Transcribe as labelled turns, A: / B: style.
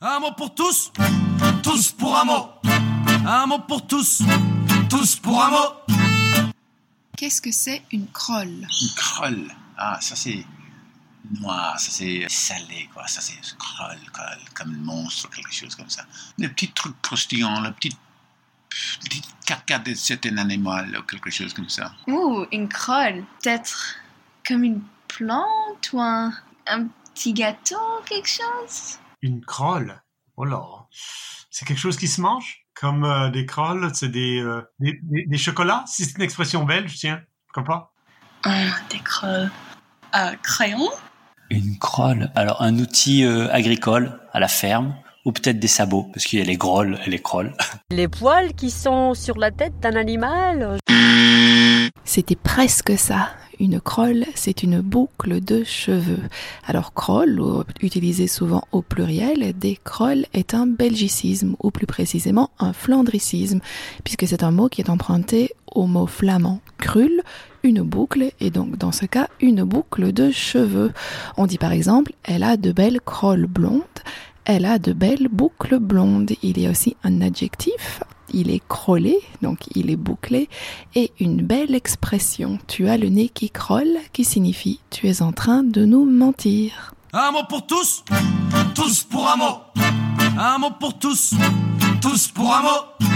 A: Un mot pour tous, tous pour un mot. Un mot pour tous, tous pour un mot.
B: Qu'est-ce que c'est une crolle
C: Une crolle. Ah, ça c'est noir, ça c'est salé, quoi. Ça c'est crolle, crolle, comme le monstre, quelque chose comme ça. Le petit truc croustillant, le petit, petit caca de certain animal, ou quelque chose comme ça.
D: Ouh, une crolle. Peut-être comme une plante ou un, un petit gâteau, quelque chose
E: Une crolle Oh là C'est quelque chose qui se mange Comme euh, des crolles, c'est des, euh, des, des, des chocolats Si c'est une expression belge, tiens, pourquoi pas
B: Ah,
F: Oh, des creux. Euh, crayon
G: Une crolle. Alors, un outil euh, agricole à la ferme, ou peut-être des sabots, parce qu'il y a les grolles et les crolles.
H: Les poils qui sont sur la tête d'un animal.
B: C'était presque ça. Une crolle, c'est une boucle de cheveux. Alors crolle, ou- utilisé souvent au pluriel, des crolles est un belgicisme, ou plus précisément un flandricisme, puisque c'est un mot qui est emprunté au mot flamand krull, une boucle, et donc dans ce cas, une boucle de cheveux. On dit par exemple, elle a de belles crolles blondes, elle a de belles boucles blondes. Il y a aussi un adjectif, il est crollé, donc il est bouclé, et une belle expression, tu as le nez qui crolle, qui signifie tu es en train de nous mentir.
A: Un mot pour tous, tous pour un mot. Un mot pour tous, tous pour un mot.